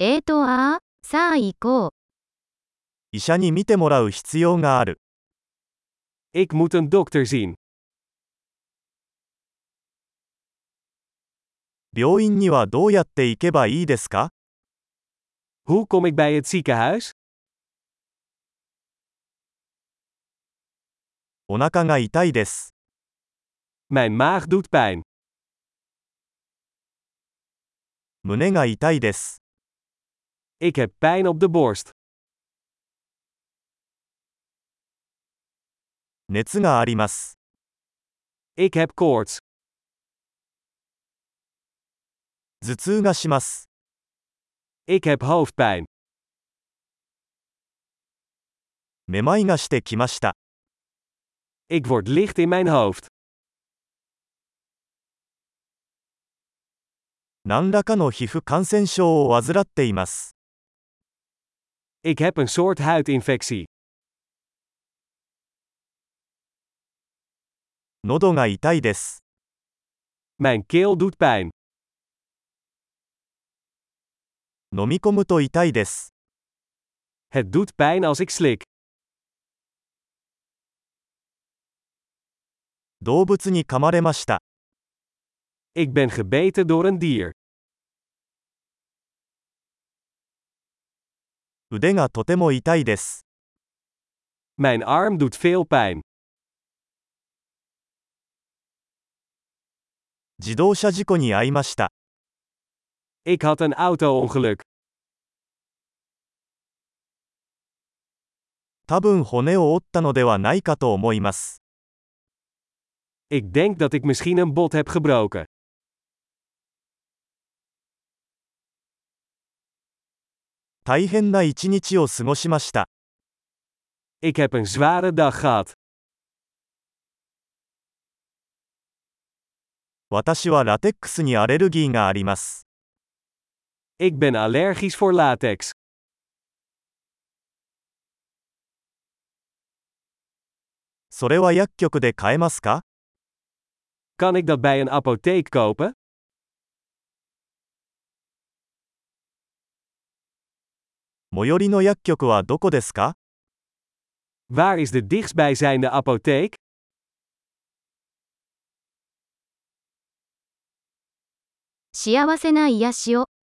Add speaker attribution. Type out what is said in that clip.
Speaker 1: えーとあー、さあ行こう。
Speaker 2: 医者に診てもらう必要がある。
Speaker 3: Ik moet een dokter zien.
Speaker 2: 病院にはどうやって行けばいいですか
Speaker 3: Hoe kom ik bij het ziekenhuis?
Speaker 2: お腹が痛いです。
Speaker 3: Mijn maag doet pijn.
Speaker 2: 胸が痛いです。
Speaker 3: Ik heb pijn op de borst.
Speaker 2: 熱があります。
Speaker 3: Ik heb koorts.
Speaker 2: 頭痛がします。
Speaker 3: Ik heb hoofdpijn.
Speaker 2: めまいがしてきました。
Speaker 3: Ik word licht in mijn hoofd.
Speaker 2: 何らかの皮膚感染症を患っています。
Speaker 3: Ik heb een soort huidinfectie.
Speaker 2: 喉が痛いです。
Speaker 3: Mijn keel doet pijn.
Speaker 2: 飲み込むと痛いです。
Speaker 3: Het doet pijn als ik slik.
Speaker 2: 動物に噛まれました。
Speaker 3: Ik ben gebeten door een dier.
Speaker 2: 腕がとても痛いです。
Speaker 3: Mijn arm doet veel pijn.
Speaker 2: 自動車事故に遭いました。
Speaker 3: Ik had een auto-ongeluk.
Speaker 2: 多分骨を折ったのではないかと思います。
Speaker 3: Ik denk dat ik misschien een bot heb gebroken.
Speaker 2: 大変な一日を過ごしました。
Speaker 3: Ik heb een zware dag gehad.
Speaker 2: 私はラテックスにアレルギーがあります。
Speaker 3: Ik ben allergisch voor latex.
Speaker 2: それは薬局で買えますか
Speaker 3: Kan ik dat bij een apotheek kopen?
Speaker 2: 最寄りの薬局はどこですか
Speaker 3: Waar is de dichtstbijzijnde apotheek?
Speaker 1: 幸せな癒しを。